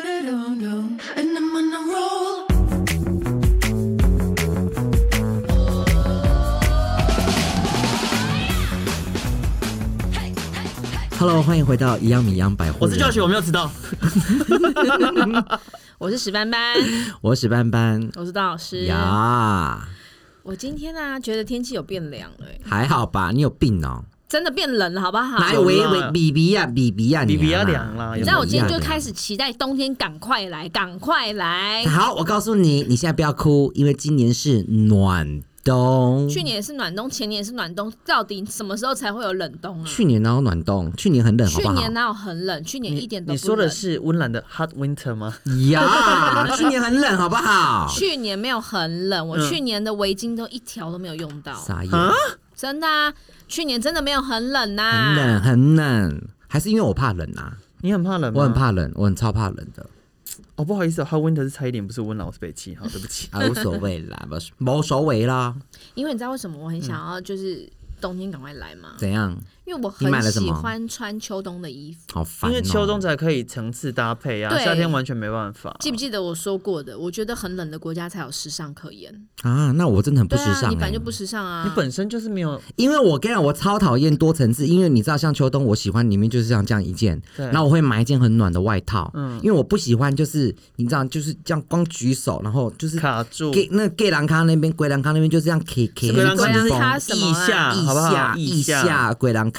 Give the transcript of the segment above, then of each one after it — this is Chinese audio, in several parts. And I'm on a roll. Hello，欢迎回到一样米一样百货我人。是教学，我没有迟到。我是史 班班，我是班班我是大老师。呀，我今天呢、觉得天气有变凉了、欸，还好吧？你有病哦？真的变冷了，好不好？来，有喂啦喂，比比呀，比比呀，啊比比呀呀凉啦你知道我今天就开始期待冬天，赶快来，赶快来。啊好，我告诉你，你现在不要哭，因为今年是暖冬。去年也是暖冬，前年也是暖冬，到底什么时候才会有冷冬啊？去年哪有暖冬？去年很冷，好去不好年？哪有很冷？去年一点都不你冷。说的是温岚的 Hot Winter 吗？ 呀， 去年很冷，好不好？去年没有很冷，我嗯去年的围巾都一条都没有用到，傻眼，啊，真的啊！去年真的没有很冷呐、很冷，很冷，还是因为我怕冷啊？你很怕冷吗？我很。怕冷，我很超怕冷的。哦，不好意思、哦、，Hot Winter 是差一点，不是温岚，我是北七。好，对不起 啊，无所谓啦，无无所谓啦，因为你知道为什么我很想要就是冬天赶快来吗？怎样？因为我嗯你买很了什么喜欢穿秋冬的衣服。好烦哦。因为秋冬才可以层次搭配啊，对夏天完全没办法。记不记得我说过的？我觉得很冷的国家才有时尚可言。啊，那我真的很不对时尚、欸啊，你本来就不时尚啊。你本身就是没有，因为我跟你讲，我超讨厌多层次，因为你知道，像秋冬，我喜欢里面就是像这样一件，对然后我会买一件很暖的外套，嗯因为我不喜欢就是你知道，就是这样光举手，然后就是卡住。给那 gay 兰咖那边，鬼兰咖那边就这样 K K，鬼狼咖很鬼狼咖风什么腋啊下，好不好？腋下，下鬼兰咖，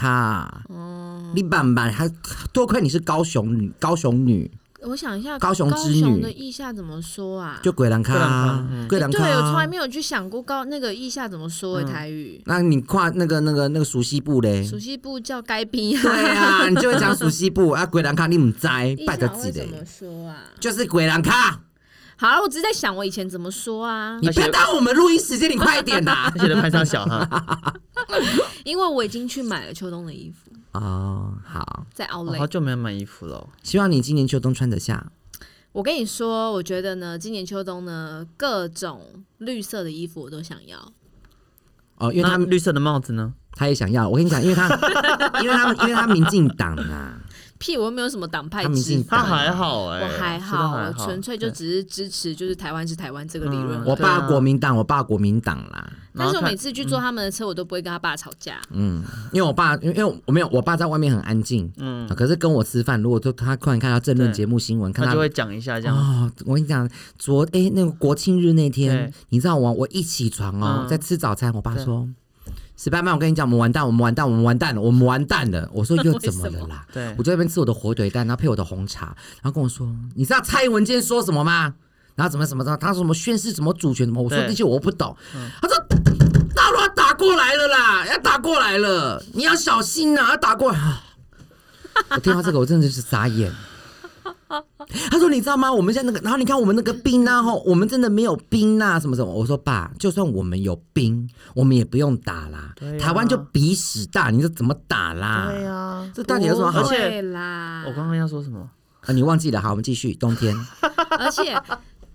嗯你板板还多亏你是高雄女，高雄女我想一下，高雄之女高雄的意下怎么说啊？就啊鬼兰鬼狼咖咖嗯，鬼兰对，我从来咖，没有去想过高那个意下怎么说嗯诶、台语。那你跨那个那个那个熟悉部嘞？熟悉部叫该宾嗯啊。对啊，你就会讲熟悉部啊，鬼兰卡你 唔知，意拜个下字会怎嘞么，说啊？就是鬼兰卡。好了，我只是在想我以前怎么说啊，你而且别耽误我们录音时间，你快点 呐！而且都拍上小 哈，因为我已经去买了秋冬的衣服，哦，好，在奥我莱、好久没有买衣服了哦。希望你今年秋冬穿得下。我跟你说，我觉得呢，今年秋冬呢，各种绿色的衣服我都想要。哦，因为那他们绿色的帽子呢？他也想要，我跟你讲，因 为他因为他们因为他民进党啊，屁，我又没有什么党派他们之是分他还好哎、我真还的好，我好纯粹就只是支持，就是台湾是台湾这个理论嗯而已。我爸对啊国民党，我爸国民党啦。然但是我后看嗯每次去坐他们的车，我都不会跟他爸吵架。嗯，因为我爸，因为因为我没有，我爸在外面很安静，嗯嗯，可是跟我吃饭，如果就他突然看到政论对节目新闻，看他他就会讲一下这样。哦，我跟你讲，昨哎、那个国庆日那天对，你知道我我一起床哦，嗯在吃早餐，我爸说。史班班，我跟你讲，我们完蛋，我们完蛋，我们完蛋了，我们完蛋了。我说 又怎么了啦？对我，就在那边吃我的火腿蛋，然后配我的红茶，然后跟我说，你知道蔡英文今天说什么吗？然后怎么怎么着，他说什么宣誓什么主权什么，我说对嗯这些我不懂。他说大陆要打过来了啦，要打过来了，你要小心呐、要打过来。 啊我听到这个，我真的是傻眼。他说：“你知道吗？我们现在那个，然后你看我们那个兵啊，吼，我们真的没有兵呐、什么什么。”我说：“爸，就算我们有兵，我们也不用打啦。对啊台湾就鼻屎大，你说怎么打啦？对啊，这到底有什么好而？且对啦我，刚刚要说什么？啊，你忘记 了，好，我们继续冬天。而且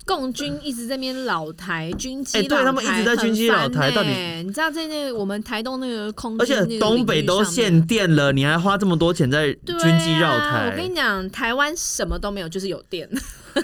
共军一直在那边老台军机哎老台，对他们一直在军机老台很烦到底欸你知道在那个我们台东那个空军，而且东北都限。电了，你还花这么多钱在对、军机绕啊，我跟台你？讲，台湾什么都没有，就是有电。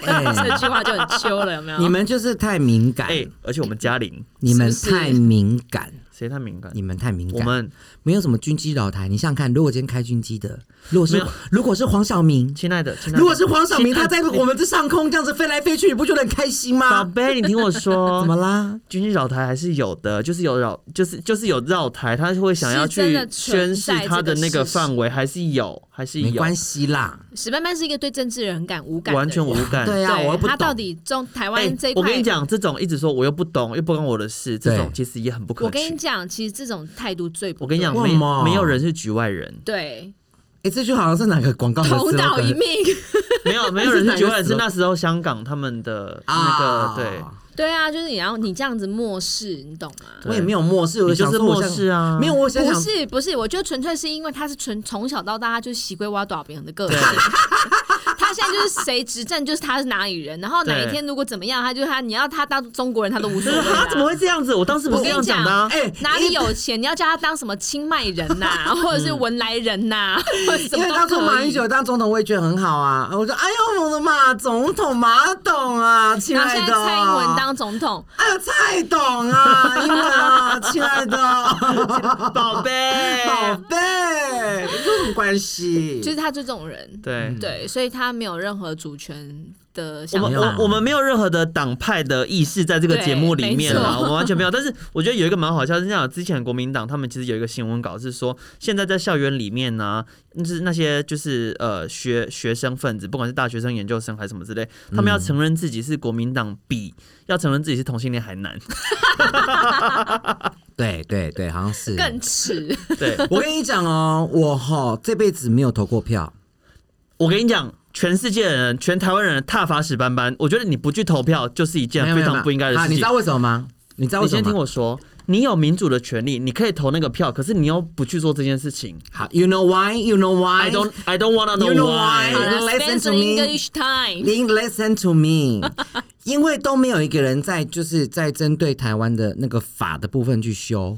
哎 这句话就很秋了，有没有？你们就是太敏感，哎，而且我们嘉玲你们是不是太敏感，谁太敏感你？们太敏我感。们没有什么军机扰台，你想想看，如果今天开军机的，如果没是有如果是黄晓明，亲爱的，亲爱的，如果是黄晓明，亲他爱的在我们这上空这样子飞来飞去，你不觉得很开心宝吗？贝，你听我说， 怎么啦？军机绕台还是有的，就是有绕，就是就是有绕台，他会想要是真去的宣存示在他的那这个个事实范围，还是有，还是没有，关系啦，史班班是一个对政治人很感无感的人，完全无感。对啊，对我又不他到懂。底中台哎湾这一块、我跟你，讲，这种一直说我又不懂，又不关我的事，这种对其实也很不可我取。跟你讲，其实这种态度最不我跟你讲，为没什么没有人是局外人，对，哎，这句好像是哪个广告的同 slogan 岛一命， 没有没有人是局外人，是是哪那时候香港他们的那啊？个 对。对啊，就是你要你这样子漠视，你懂吗？我也没有漠视，我你就想是说我漠像视啊没有我想不想，是 不是，我觉得纯粹是因为他是纯从小到大他就习惯挖多少别人的个性，他他现在就是谁执政就是他是哪里人，然后哪一对天如果怎么样，他就他你要他当中国人他都无就所是谓啦 他。怎么会这样子？我当时不是这样讲的、啊。哎，哪里有钱？你要叫他当什么清迈人呐、 或者是文莱人呐、或者什因为么当都初马可英以。九当总统，我也觉得很好啊。我说，哎呦，我的妈，总统马董啊，亲哦然后爱现在的，蔡英文，当总统，哎呦，蔡董啊，英文啊，亲爱 的，宝贝，宝贝，这什么关系？就是他就这种人，对。对，所以他没有任何主权的我想们嗯没有啊法。我我们没有任何的党派的意识在这个节目里面对没啦，错我们完全没有。但是我觉得有一个蛮好笑，是这样，之前国民党他们其实有一个新闻稿是说，现在在校园里面呢、就是那些就是呃学学生分子，不管是大学生、研究生还是什么之类，他嗯们要承认自己是国民党比要承认自己是同性恋还难。对对对，好像是。更耻，对我跟你讲哦，我哈这辈子没有投过票，我跟你讲。全世界的人，全台湾人踏伐史斑斑，我觉得你不去投票就是一件没有啊非没有没常有不应该的好事你情知。道为什么吗？你知道你为什么先吗？听我说，你有民主的权利，你可以投那个票，可是你又不去做这件事情。好，You know why? You know why? I don't, I don't wanna know You know why. 好 why. 了 Listen ，Spend to some me English time。您 listen to me，因为都没有一个人在就是在针对台湾的那个法的部分去修，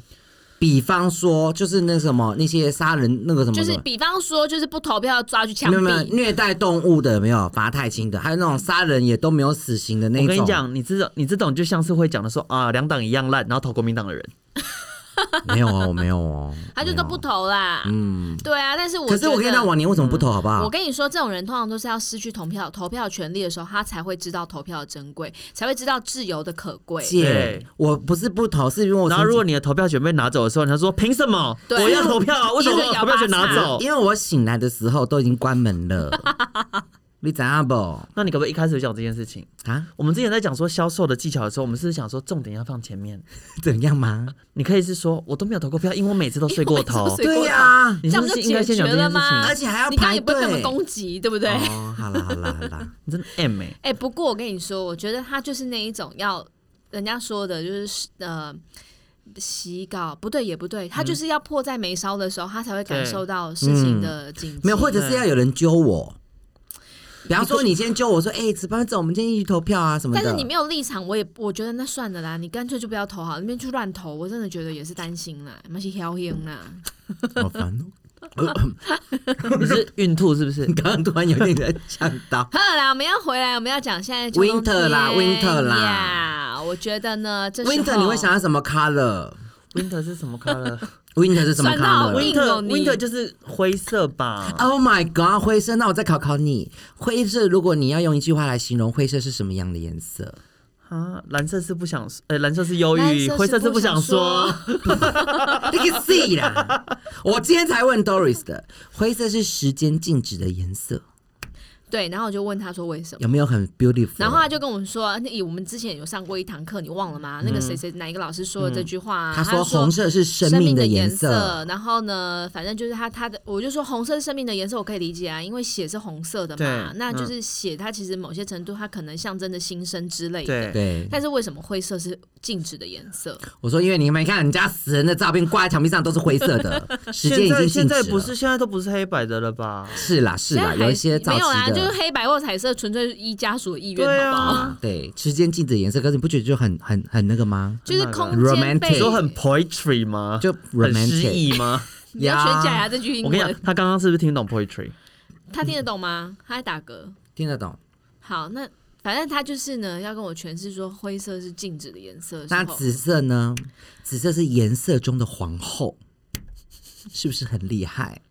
比方说就是那什么那些杀人那个什么就什是么。比方说，就是不投票抓去枪没有没有毙，虐待动物的没有罚太轻的，还有那种杀人也都没有死刑的那我种。跟你，讲，你这种你这种就像是会讲的说啊，两党一样烂，然后投国民党的人，没有哦，没有 哦，他就都不没投啦。有。嗯，对啊，但是我可是我跟你觉得讲，往年为什么不投好不好？我跟你说，这种人通常都是要失去投票投票权利的时候，他才会知道投票的珍贵，才会知道自由的可贵。姐对，我不是不投，是因为我然后曾如经果你的投票权被拿走的时候，你他说凭什么对我要投票啊？为什么一我直的摇投票权把拿叉走？因为我醒来的时候都已经关门 了，你知道不？那你可不可以一开始就讲这件事情？啊， 我们之前在讲说销售的技巧的时候，我们是不是想说重点要放前面？怎样吗？你可以是说我都没有投过票，因为我每次都睡过因为我头每次都。睡过头对呀你这是不样不就是应该先解决讲这件了事情？吗？而且还要你刚刚排也不会被我们队。攻击，对不对？哎、哦，好啦好啦好 啦，你真的 M 哎、不过我跟你说，我觉得他就是那一种要人家说的，就是呃。洗稿不对也不对，嗯他就是要迫在眉梢的时候，他才会感对受到事情的紧急。没有，或者是对要有人揪我。比方说，你先揪我说，哎，值班走，我们今天一起投票啊什么的。但是你没有立场，我也我觉得那算了啦，你干脆就不要投好，那边去乱投，我真的觉得也是担心啦，那些挑烟啦。 好烦哦。 呃你是孕吐是不 是？刚刚突然有点人呛到，好啦，我们要回来，我们要讲现在秋冬 Winter 啦天 Winter 啦呀我觉得呢，这时候 Winter，你会想要什么 color？Winter Winter 是什么 color？是什么算到 color？我硬哦 Winter 你 Winter 就是灰色 吧？ Oh my god，灰色！那我再考考你，灰色如果你要用一句话来形容灰色是什么样的颜色？ 啊，蓝色是不想，呃，蓝色是忧蓝郁，色灰色是是不不想想说。你个 C 啦！我今天才问 Doris 的，灰色是时间静止的颜色， 对，然后我就问他说为什么。有没有很 beautiful？然后他就跟我们说，那我们之前有上过一堂课，你忘了吗？那个谁谁哪一个老师说的这句话、啊嗯他说说红色是生命的颜色，然后呢，反正就是他他的，我就说红色是生命的颜色，我可以理解啊，因为血是红色的嘛，对那嗯就是血，它其实某些程度它可能象征着新生之类的。对，对，但是为什么灰色是静止的颜色？我说因为你们看人家死人的照片挂在墙壁上都是灰色的，时间已现经在静现止了。在不是现在都不是黑白的了吧？是啦是啦，现在还有一些早没期有啦，的，就是黑白或彩色，纯粹依家属的意愿，对啊好不好？啊对，时间静止的颜色，可是你不觉得就很很很那个吗？就是空间 Romantic 被你说很 poetry 吗？就很诗 romantic 意吗？你要学呀假牙这句英我跟你讲文，，他刚刚是不是听懂 poetry？他听得懂吗？他在打嗝。听得懂？好，那反正他就是呢，要跟我诠释说灰色是静止的颜色的时那候。紫色呢？紫色是颜色中的皇后， 是不是很厉害？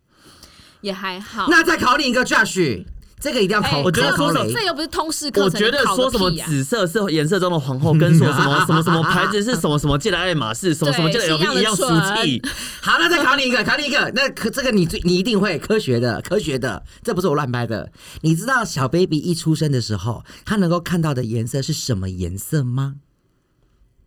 也还好。那再考你一个 Josh，这个一定要考。哎我觉得考说考什么雷这又不是通识课我程，觉得你考个说什么屁啊呀紫色是颜色中的皇后，跟说什 么什么什么牌子是什么什么界的爱马仕，什么什么界的 LV 对一样俗是一气。好，那再考你一个，考你一个。那可这个你最你一定会科学的，科学的，这不是我乱掰的。你知道小 baby 一出生的时候，他能够看到的颜色是什么颜色吗？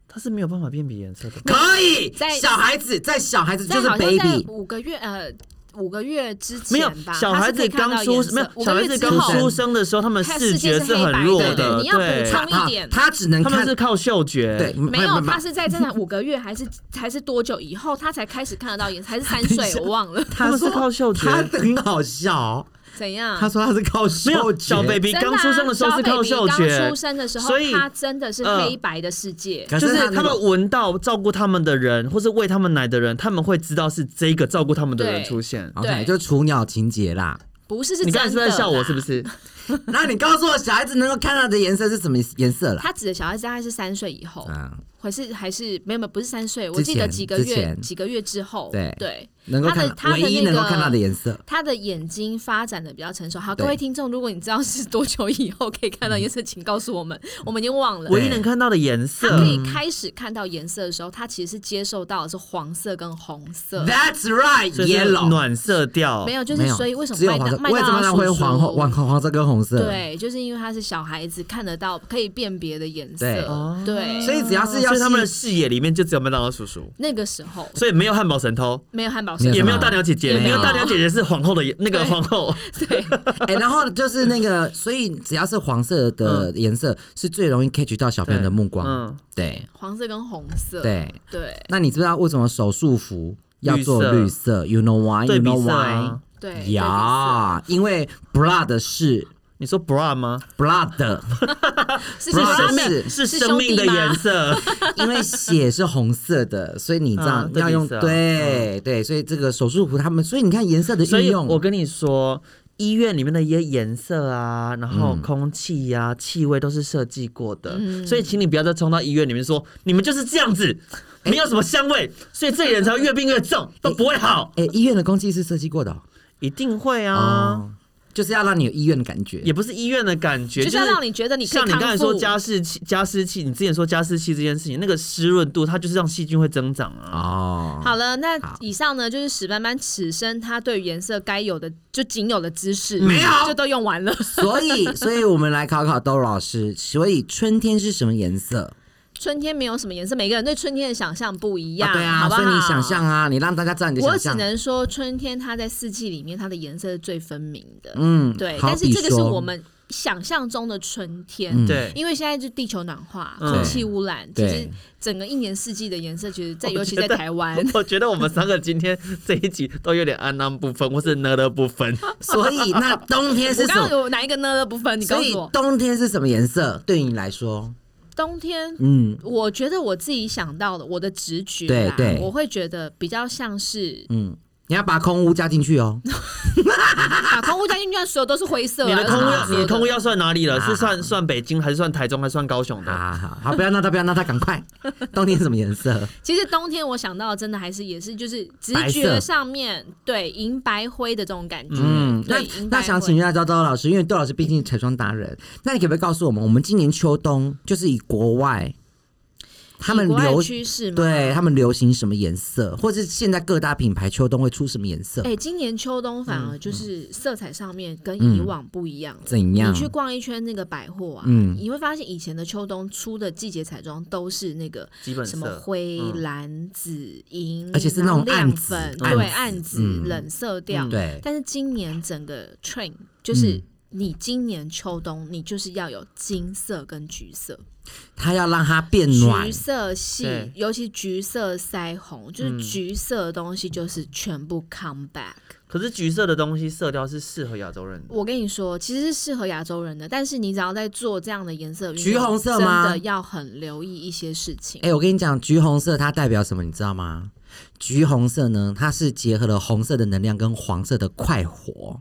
他是没有办法辨别颜 色的。可以在，小孩子在小孩子就但是好像在 baby，五个月呃五个月之前没有吧，小孩他是可子以看刚到出颜色没有五小个孩月子之刚后出生的时候，他们看视界觉是很弱黑白的，你要补对，充啊一点。他只能他们看是靠嗅觉。对，没有，他他是在真 的五个月还是还是多久 以后，他才开始看得到颜色，还是三等一岁下我忘了。他们是靠嗅觉他很好笑哦、怎样？他说他是靠没嗅有觉，小 baby 真的啊刚出生的时候是靠嗅小 baby 觉刚出，生的时候，所以嗯他真的是黑白的世界。可就是是他他那们个闻到照顾他们的人，或是喂他们奶的人，他们会知道是这个照顾他们的人对出现。 OK 对就雏鸟情节 啦。不是是你真刚才的啦。是不是在笑我？是不是？那你告诉我，小孩子能够看到的颜色是什么颜色啦？他指的小孩子大概是三岁以后，嗯，还是还是没有没有不是三岁，前我记得几个之月前几个月之后，对对，能够他看的到他的唯一那能够个看到的颜色。他的眼睛发展的比较成熟。好，对嗯各位听众，如果你知道是多久以后可以看到颜色，请告诉 我们，我们已经忘了。哎唯一能看到的颜他可色，以开始看到颜色的时候，他其实是接受到的是黄色跟红色， That's right, 所以是 yellow。暖色调没。有，就没是有所以为什只有么黄麦色当？麦为什么当它劳会叔叔黄红黄黄色跟红色？，对，就是因为他是小孩子看得到可以辨别的颜色对，对，所以只要是要所以他们的吸视野里面就只有麦当劳叔叔，那个时候所以没有汉堡神偷，没有汉堡没神，有也没有汉大堡鸟姐姐，没因有为大鸟姐姐是皇后的那个对皇后，对， 哎、然后就是那个，所以只要是黄色的颜色，是最容易 catch 到小朋友的目光。嗯对黄色跟红色，对。对那你知不知道为什么手术服要做绿绿色 y o u know why? You 对比 know 色 why? 啊。对，呀，因为 blood 是你说 bra 吗？ blood，不是是对对对是是妹是妹是是生兄命的弟吗颜色。因为血是红色的，所以你这样嗯对要用比色对对，所以这个手术服他们，所以你看颜色的所运以用，啊我跟你说，医院里面的一些颜色啊，然后空气呀、气味都是设计过的。所以请你不要再冲到医院里面说，你们就是这样子，没有什么香味，所以这里人才会越病越重，都不会好。哎、医院的空气是设计过的哦、一定会哦啊，就是要让你有医院的感觉。也不是医院的感觉，就是是要让你觉得你可以像你刚才康复说加湿器、加湿器，你之前说加湿器这件事情，那个湿润度，它就是让细菌会增长啊。哦，好了，那好以上呢就是史斑斑此生他对于颜色该有的就仅有的知识，没有就都用完了。所 以，所以我们来考考兜老师，所以春天是什么颜色？春天没有什么颜色，每个人对春天的想象不一样，啊对啊，好不好？所以你想象啊，你让大家知道你的我想只 象。能说，春天它在四季里面，它的颜色是最分明的。嗯对，好但是比这个是说我们想象中的春天。嗯对，因为现在就地球暖化、嗯空气污染，其对哦实整个一年四季的颜色，其实在我觉得尤其在台 湾， 我觉得我们三个今天这一集都有点安安不分，或是呢的不分。所以那冬天是我什刚刚么？有哪一个呢的部分？你告所以诉我，冬天是什么颜色？对你来说，冬天。嗯我觉得我自己想到的，我的直觉啦，对对我会觉得比较像是嗯，你要把空屋加进去 哦。把空屋加进去，所有都是灰色啊。你的空有屋要，什么好说你的空屋要算哪里了？啊是算算北京，还是算台中，还是算高雄的？好啊好好，不要闹他，不要闹他，赶快！冬天是什么颜色？其实冬天我想到的真的还是也是就是直白色觉上面对银白灰的这种感觉。嗯，那对，银白那灰想请教周周老师，因为窦老师毕竟是彩妆达人，那你可不可以告诉我们，我们今年秋冬就是以国外他们以国外流趋势嘛。对他们流行什么颜色，或是现在各大品牌秋冬会出什么颜色？哎、今年秋冬反嗯而就是色彩上面跟以往不一样了。怎样你去逛一圈那个百货啊，嗯你会发现以前的秋冬出的季节彩妆都是那个基本什么色。嗯灰、蓝、紫、银，而且是那种然后暗亮紫粉，暗对，紫暗紫、嗯冷色调。对，嗯但是今年整个 train 就是你今年秋冬，你就是要有金色跟橘色，它要让它变暖橘。色系对，尤其橘色腮红，就是嗯橘色的东西就是全部 come back。可是橘色的东西色调是适合亚洲人的。我跟你说，其实是适合亚洲人的，但是你只要在做这样的颜色运用，橘红色吗真的要很留意一些事情。哎、我跟你讲，橘红色它代表什么，你知道吗？橘红色呢，它是结合了红色的能量跟黄色的快活，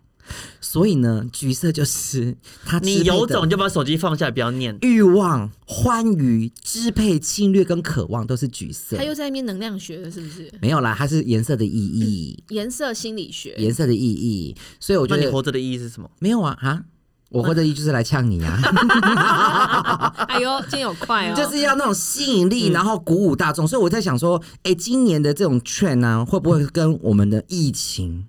所以呢，橘色就是它支你配有的种就把手机放下，不要念。欲望、欢愉、支配、侵略跟渴望都是橘色他。又在那边能量学了，是不是？没有啦，它是颜色的意义，颜色心理学，颜色的意义。所以我觉那你得活着的意义是什么？没有啊啊，我活的意义就是来呛你啊。 哎呦，嗯今天有快 哦，就是要那种吸引力，然后鼓舞大众。所以我在想说，哎、今年的这种券呢、会不会跟我们的疫情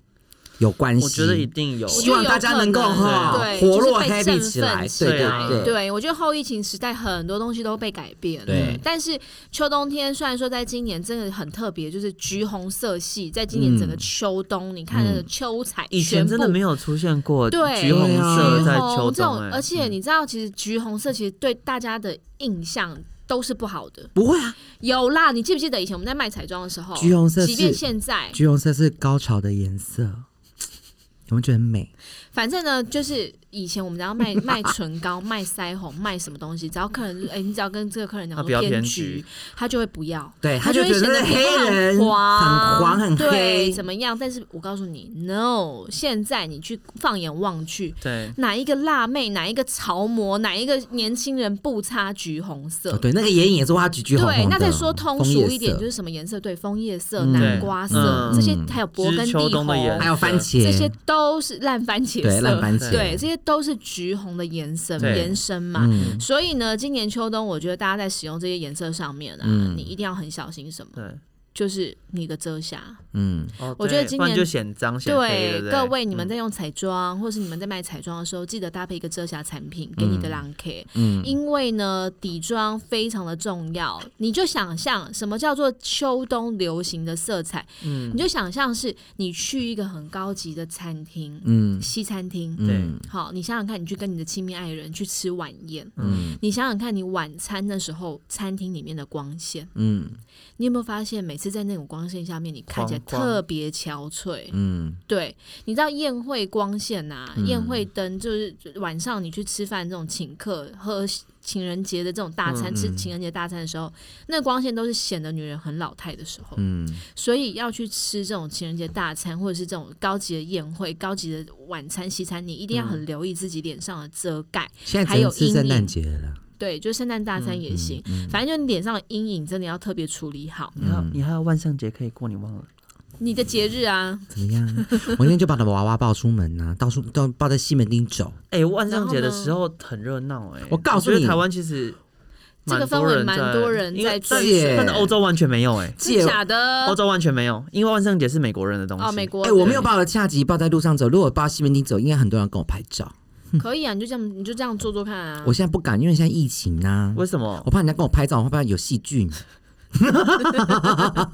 有关系？我觉得一定有。啊我希觉得望大家能够有可哈对活络就是被 happy 起来，振奋起对来对。对，我觉得后疫情时代很多东西都被改变对了。但是秋冬天虽然说在今年真的很特别，就是橘红色系，在今年整个秋冬，你看那个秋彩全嗯部，以前真的没有出现过对啊橘红色在橘秋红这冬、种哎，而且你知道，其实橘红色其实对大家的印象。都是不好的，不会啊，有啦！你记不记得以前我们在卖彩妆的时候，橘红色是即便现在，橘红色是高潮的颜色。有没有觉得很美？反正呢，就是以前我们只要卖 卖唇膏、卖腮红、卖什么东西，只要客人就哎、你只要跟这个客人讲他说啊不要偏橘橘，他就会不要，对他就就会觉显得得是皮肤黑人很黄、很黄很黑对，怎么样？但是我告诉你，no，现在你去放眼望去。对，哪一个辣妹，哪一个潮模，哪一个年轻人不擦橘红色？哦，对，那个眼影也是画橘橘红红对，的那再说通枫叶俗一点，色就是什么颜色？对，枫叶色、嗯南瓜色对嗯这些，还有勃就是艮第秋冬的颜红色，还有番茄，这些都是烂番茄对色，烂番茄，对，这些都是橘红的延伸对延伸嘛。嗯，所以呢，今年秋冬，我觉得大家在使用这些颜色上面啊，嗯你一定要很小心。什么？对，就是你的遮瑕。嗯哦我觉得对今不然年就显脏显黑，对不对各位，你们嗯在用彩妆，或是你们在卖彩妆的时候，记得搭配一个遮瑕产品给你嗯的 l a n K。嗯嗯，因为呢，底妆非常的重要，你就想象什么叫做秋冬流行的色彩，嗯你就想象是你去一个很高级的餐厅，嗯西餐厅，嗯好，你想想看，你去跟你的亲密爱人去吃晚宴，嗯，你想想看，你晚餐的时候餐厅里面的光线，嗯你有没有发现，每次在那种光线下面，你看起来黄光特别憔悴？嗯对，你知道宴会光线呐、嗯宴会灯就是晚上你去吃饭这种请客喝情人节的这种大餐，嗯吃嗯情人节大餐的时候，那光线都是显得女人很老态的时候。嗯所以要去吃这种情人节大餐，或者是这种高级的宴会、高级的晚餐、西餐，你一定要嗯很留意自己脸上的遮盖。现在还只有能吃阴圣诞影节了，对，就圣诞大餐也行，嗯反正就你脸上的阴影真的要特别处理好。你还有你还有万圣节可以过，你忘了？你的节日啊，怎么样？我那天就把我的娃娃抱出门呐、到处都抱在西门町走，哎、万圣节的时候很热闹哎，我告诉你觉得台湾其实这个蛮多氛围人蛮在多人因在为但追追但是耶欧洲完全没有哎，真借假的欧洲完全没有，因为万圣节是美国人的东西。哦，美国哎、的。我没有把我的恰吉抱在路上走，如果我抱西门町走，应该很多人跟我拍照。可以啊，你就这样，你就这样做做看啊。我现在不敢，因为现在疫情啊，为什么我？怕人家跟我拍照，我怕有细菌。哦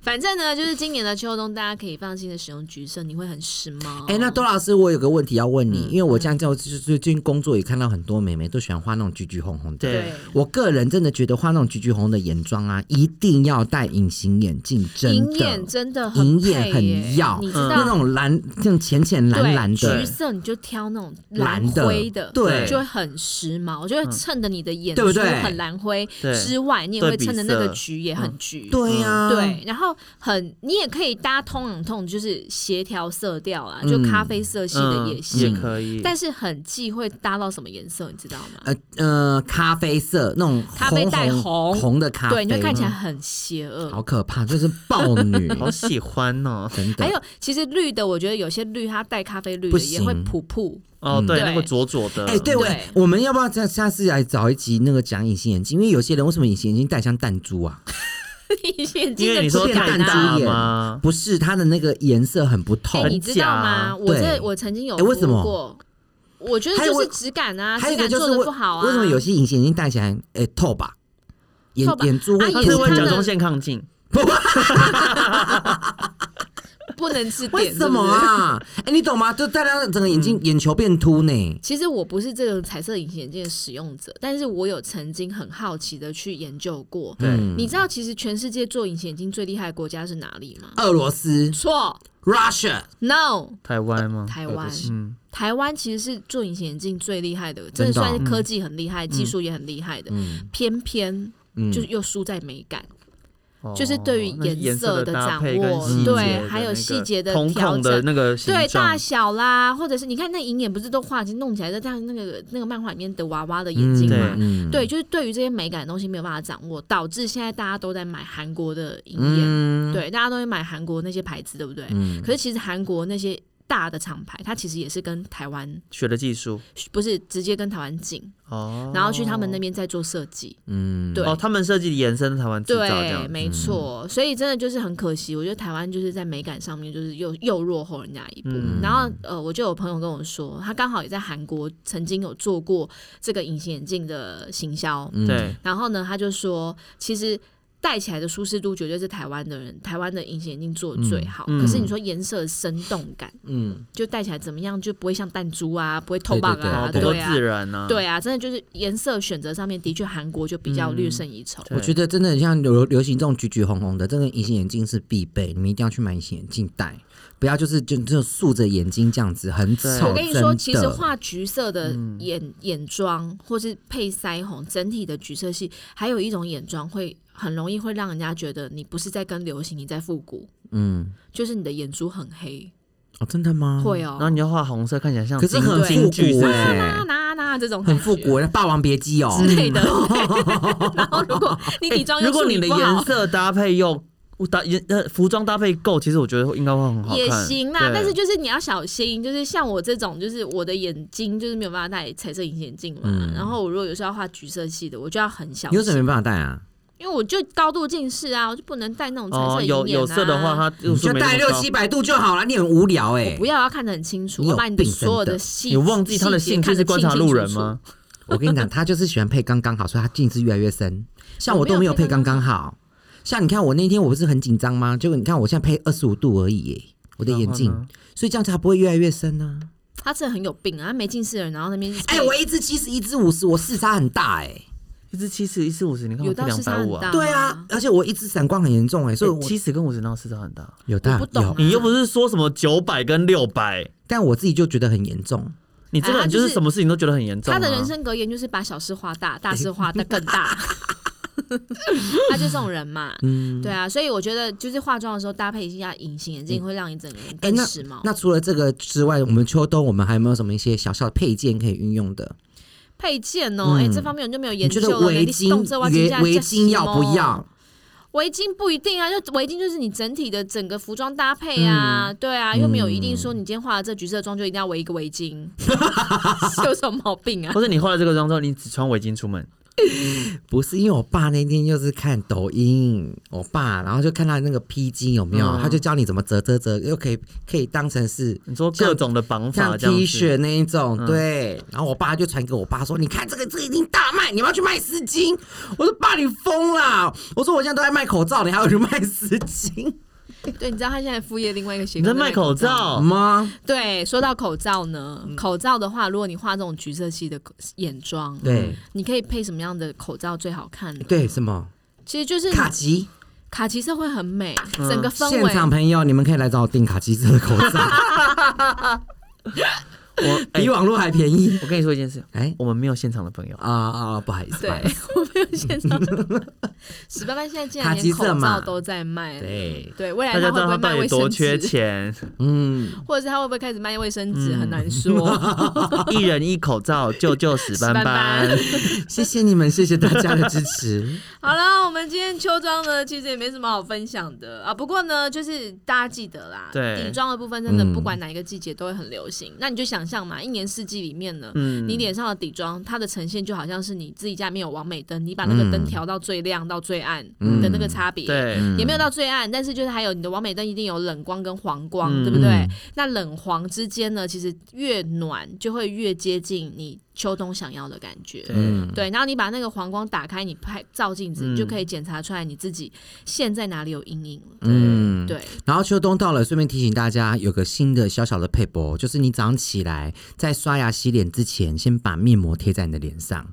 反正呢，就是今年的秋冬，大家可以放心的使用橘色，你会很时髦。哎、那多老师，我有个问题要问嗯你，因为我这样就就是最近工作也看到很多美眉都喜欢画那种橘橘红红的。对对，我个人真的觉得画那种橘橘红的眼妆啊，一定要戴隐形眼镜，真银的。眼真的银很眼配很耶要你知那道。种蓝，这种浅浅蓝对蓝橘的，色你就挑那种蓝的灰的，对嗯就会很时髦，就会衬的你的眼对不对珠很蓝灰对之外，你也会对比衬的那个色橘也很橘，嗯对呀、啊，嗯对，然后很你也可以搭通冷痛，就是协调色调啊，就嗯咖啡色系的也行，嗯也可以。但是很忌讳搭到什么颜色，你知道吗？呃呃，咖啡色那种咖啡红带红红红的咖啡，嗯对，你就看起来很邪恶。好可怕，就是豹 女，好喜 欢哦！真的。还有，其实绿的，我觉得有些绿它带咖啡绿不的行也会普 普。哦，对，嗯对那个左左的，哎、对，我对我们要不要再下次来找一集那个讲隐形眼镜？因为有些人为什么隐形眼镜戴像弹珠啊？隐形眼因镜为的你质说变感弹太珠啊大眼吗？不是，它的那个颜色很不透。哎，很你知道吗？假我这对我曾经有哎为什敷么过，我觉得还有就是为质感啊，还有质一个感就做是的为不好啊。为什么有些隐形眼镜戴起来哎、透吧？眼透吧眼珠会啊他也是是问他甲们状腺亢进，不能吃为点？什么是不是？嗯啊？ 哎、你懂吗？就大家整个眼睛、眼球变凸呢。其实我不是这种彩色隐形眼镜的使用者，但是我有曾经很好奇的去研究过。对嗯你知道其实全世界做隐形眼镜最厉害的国家是哪里吗？俄罗斯错 Russia ，no，台湾吗？台呃湾。嗯，台湾其实是做隐形眼镜最厉害的，真真的的哦算是科技很厉害，技术也很厉害的，偏偏嗯就是又输在美感，哦就是对于那颜色的搭掌配跟握细节对的还有那个细节的瞳调孔的整那个形对大状小啦，或者是你看那银眼不是都画已经弄起来的，像那个那个漫画里面的娃娃的眼睛嘛。对嗯对，就是对于这些美感的东西没有办法掌握，导致现在大家都在买韩国的银眼，嗯，对，大家都会买韩国那些牌子，对不对？嗯可是其实韩国那些大的厂牌，它其实也是跟台湾学的技术不是直接跟台湾进，哦，然后去他们那边再做设计。嗯对哦，他们设计的延伸台湾制造这对，样，嗯没错，所以真的就是很可惜，我觉得台湾就是在美感上面就是又又落后人家一步。嗯然后呃，我就有朋友跟我说，他刚好也在韩国曾经有做过这个隐形眼镜的行销，嗯对，然后呢，他就说其实。戴起来的舒适度绝对是台湾的人，台湾的隐形眼镜做的最好。嗯可是你说颜色的生动感，嗯，就戴起来怎么样，就不会像弹珠啊，不会透棒对啊，不够啊哦自，然呢、啊。对啊，真的就是颜色选择上面的确韩国就比较略胜一筹。对我觉得真的很像流流行这种橘橘红红的，这个隐形眼镜是必备，你们一定要去买隐形眼镜戴，不要就是就就竖着眼睛这样子，很丑。对我跟你说，哦真的其实画橘色的眼、眼妆，或是配腮红，整体的橘色系，还有一种眼妆会很容易会让人家觉得你不是在跟流行，你在复古，嗯，就是你的眼珠很黑，哦，真的吗？会然后哦，你要画红色，看起来像可是很京复京剧，是古不哎、是？那那那这种很感复觉古，那《霸王别姬》哦。之类的。对 然后如果你 底妆欸哎又如果处你理的不好颜色搭配又搭颜呃服装搭配够，其实我觉得应该会很好看。也行啦，对但是就是你要小心，就是像我这种，就是我的眼睛就是没有办法戴彩色隐形眼镜嘛。嗯然后我如果有时候要画橘色系的，我就要很小你为什心，么没办法戴啊？因为我就高度近视啊，我就不能戴那种彩哦，色眼镜、啊有有色的话，它度你数就没那戴么六高七百度就好了，你很无聊哎、不要要看得很清楚，你有我把你的病所有真的的细，你忘记他的细节兴趣看是得观清察清路楚人楚吗？？我跟你讲，他就是喜欢配刚刚好，所以他近视越来越深。像我都没有配刚刚好，像你看我那天我不是很紧张吗？结果你看我现在配二十五度而已耶、我的眼镜然后呢，所以这样才不会越来越深呢、他真的很有病啊，他没近视的人，然后那边哎、我一支七十，一支五十，我视差很大哎、一支七十，一支五十，你看我有这到两时差百很五啊大。对啊吗，而且我一支散光很严重哎、所以我、七十跟五十那市差很大，有大我不懂啊有，你又不是说什么九百跟六百，但我自己就觉得很严重。你这个人哎他啊就就是是什么事情都觉得很严重、啊。他的人生格言就是把小事化 大，大事化得更大。他就这种人嘛，嗯对啊，所以我觉得就是化妆的时候搭配一下隐形眼镜，会让你整个人哎更那时髦。那除了这个之外，我们秋冬我们还有没有什么一些小小的配件可以运用的？配件哦，哎，这方面我就没有嗯研你究觉了。得围巾动这挖围这下围巾要不？这什么要？围巾不一定啊，就围巾就是你整体的整个服装搭配嗯啊，对啊，又没有一定说你今天化了这橘色妆就一定要围一个 围巾，是有什么毛病啊？或者你化了这个妆之后，你只穿围巾出门，不是因为我爸那天就是看抖音，我爸然后就看他那个披巾有没有，嗯他就教你怎么折折折，又可以可以当成是你说各像种的绑法像这样 T 子恤。那一种，嗯对。然后我爸就传给我爸说：“你看这个，这个一定大卖，你要去卖丝巾。”我说：“爸，你疯啦！”我说：“我现在都在卖口罩，你还要去卖丝巾对，你知道他现在副业另外一个斜你杠在是卖口罩，哦嗯吗对，说到口罩呢，口罩的话，如果你画这种橘色系的口眼妆，？”对你可以配什么样的口罩最好看呢？，对，什么其实就是卡其？卡其色会很美，嗯整个氛现场围。朋友，你们可以来找我订卡其色的口 罩，我、哎比网络还便 宜。我跟你说一件事，哎我们没有现场的朋友，啊啊，不好意思，对不 好意思，我没有现场。 史班班现在竟然卡其连色口罩嘛都在卖，对，对，未来大家知他会道不会他卖到底卫生多缺纸，钱，嗯。或者是他会不会开始卖卫生嗯纸，很 难说。 一人一口罩，救救史斑史斑斑。谢谢你们，谢谢大家的支持。 好了，我们今天秋装呢，其实也没什么好分享的啊。不过呢，就是大家记得啦，对底妆的部分真的嗯不管哪一个季节都会很流行。那你就想象嘛，一年四季里面呢，嗯你脸上的底妆，它的呈现就好像是你自己家没有完美灯，你把那个灯调到最亮到最暗的那个差别。嗯对，嗯也没有到最暗，但是就是还有你的完美灯一定有冷光跟黄光，嗯对不对？那冷黄之间呢，其实越暖就会越接近你秋冬想要的感觉。嗯，对，然后你把那个黄光打开，你拍照镜子，嗯你就可以检查出来你自己现在哪里有阴影了。嗯，对，然后秋冬到了，顺便提醒大家有个新的小小的配博，就是你早上起来在刷牙洗脸之前，先把面膜贴在你的脸上。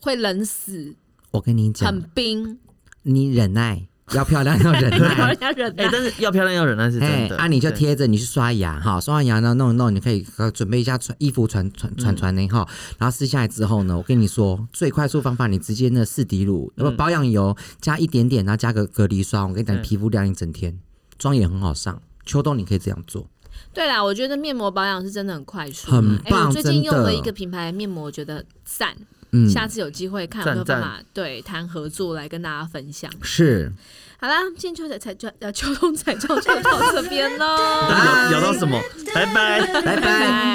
会冷死，我跟你很讲，冰，你忍耐，要漂亮要 忍 老人耐。 家忍哎、耐。但是要漂亮要忍耐是真的。啊，你就对贴着你去刷牙哈，刷完牙呢弄一弄，你可以呃准备一下穿衣服穿穿嗯穿穿呢哈，然后撕下来之后呢，我跟你说最快速方法，你直接那四滴乳，那么保养油加一点点，然后加个隔离霜，我跟你讲，嗯皮肤亮一整天，妆也很好上。秋冬你可以这样做，对啦，我觉得面膜保养是真的很快速啊。很哎，棒我最近真用的了一个品牌的面膜，我觉得赞。嗯，下次有机会看有没有赞办法对谈合作来跟大家分享。是。好啦，今天秋仔彩妆呃秋冬彩妆就到这边喽，啊到底咬咬到什么？拜拜。拜拜拜。拜。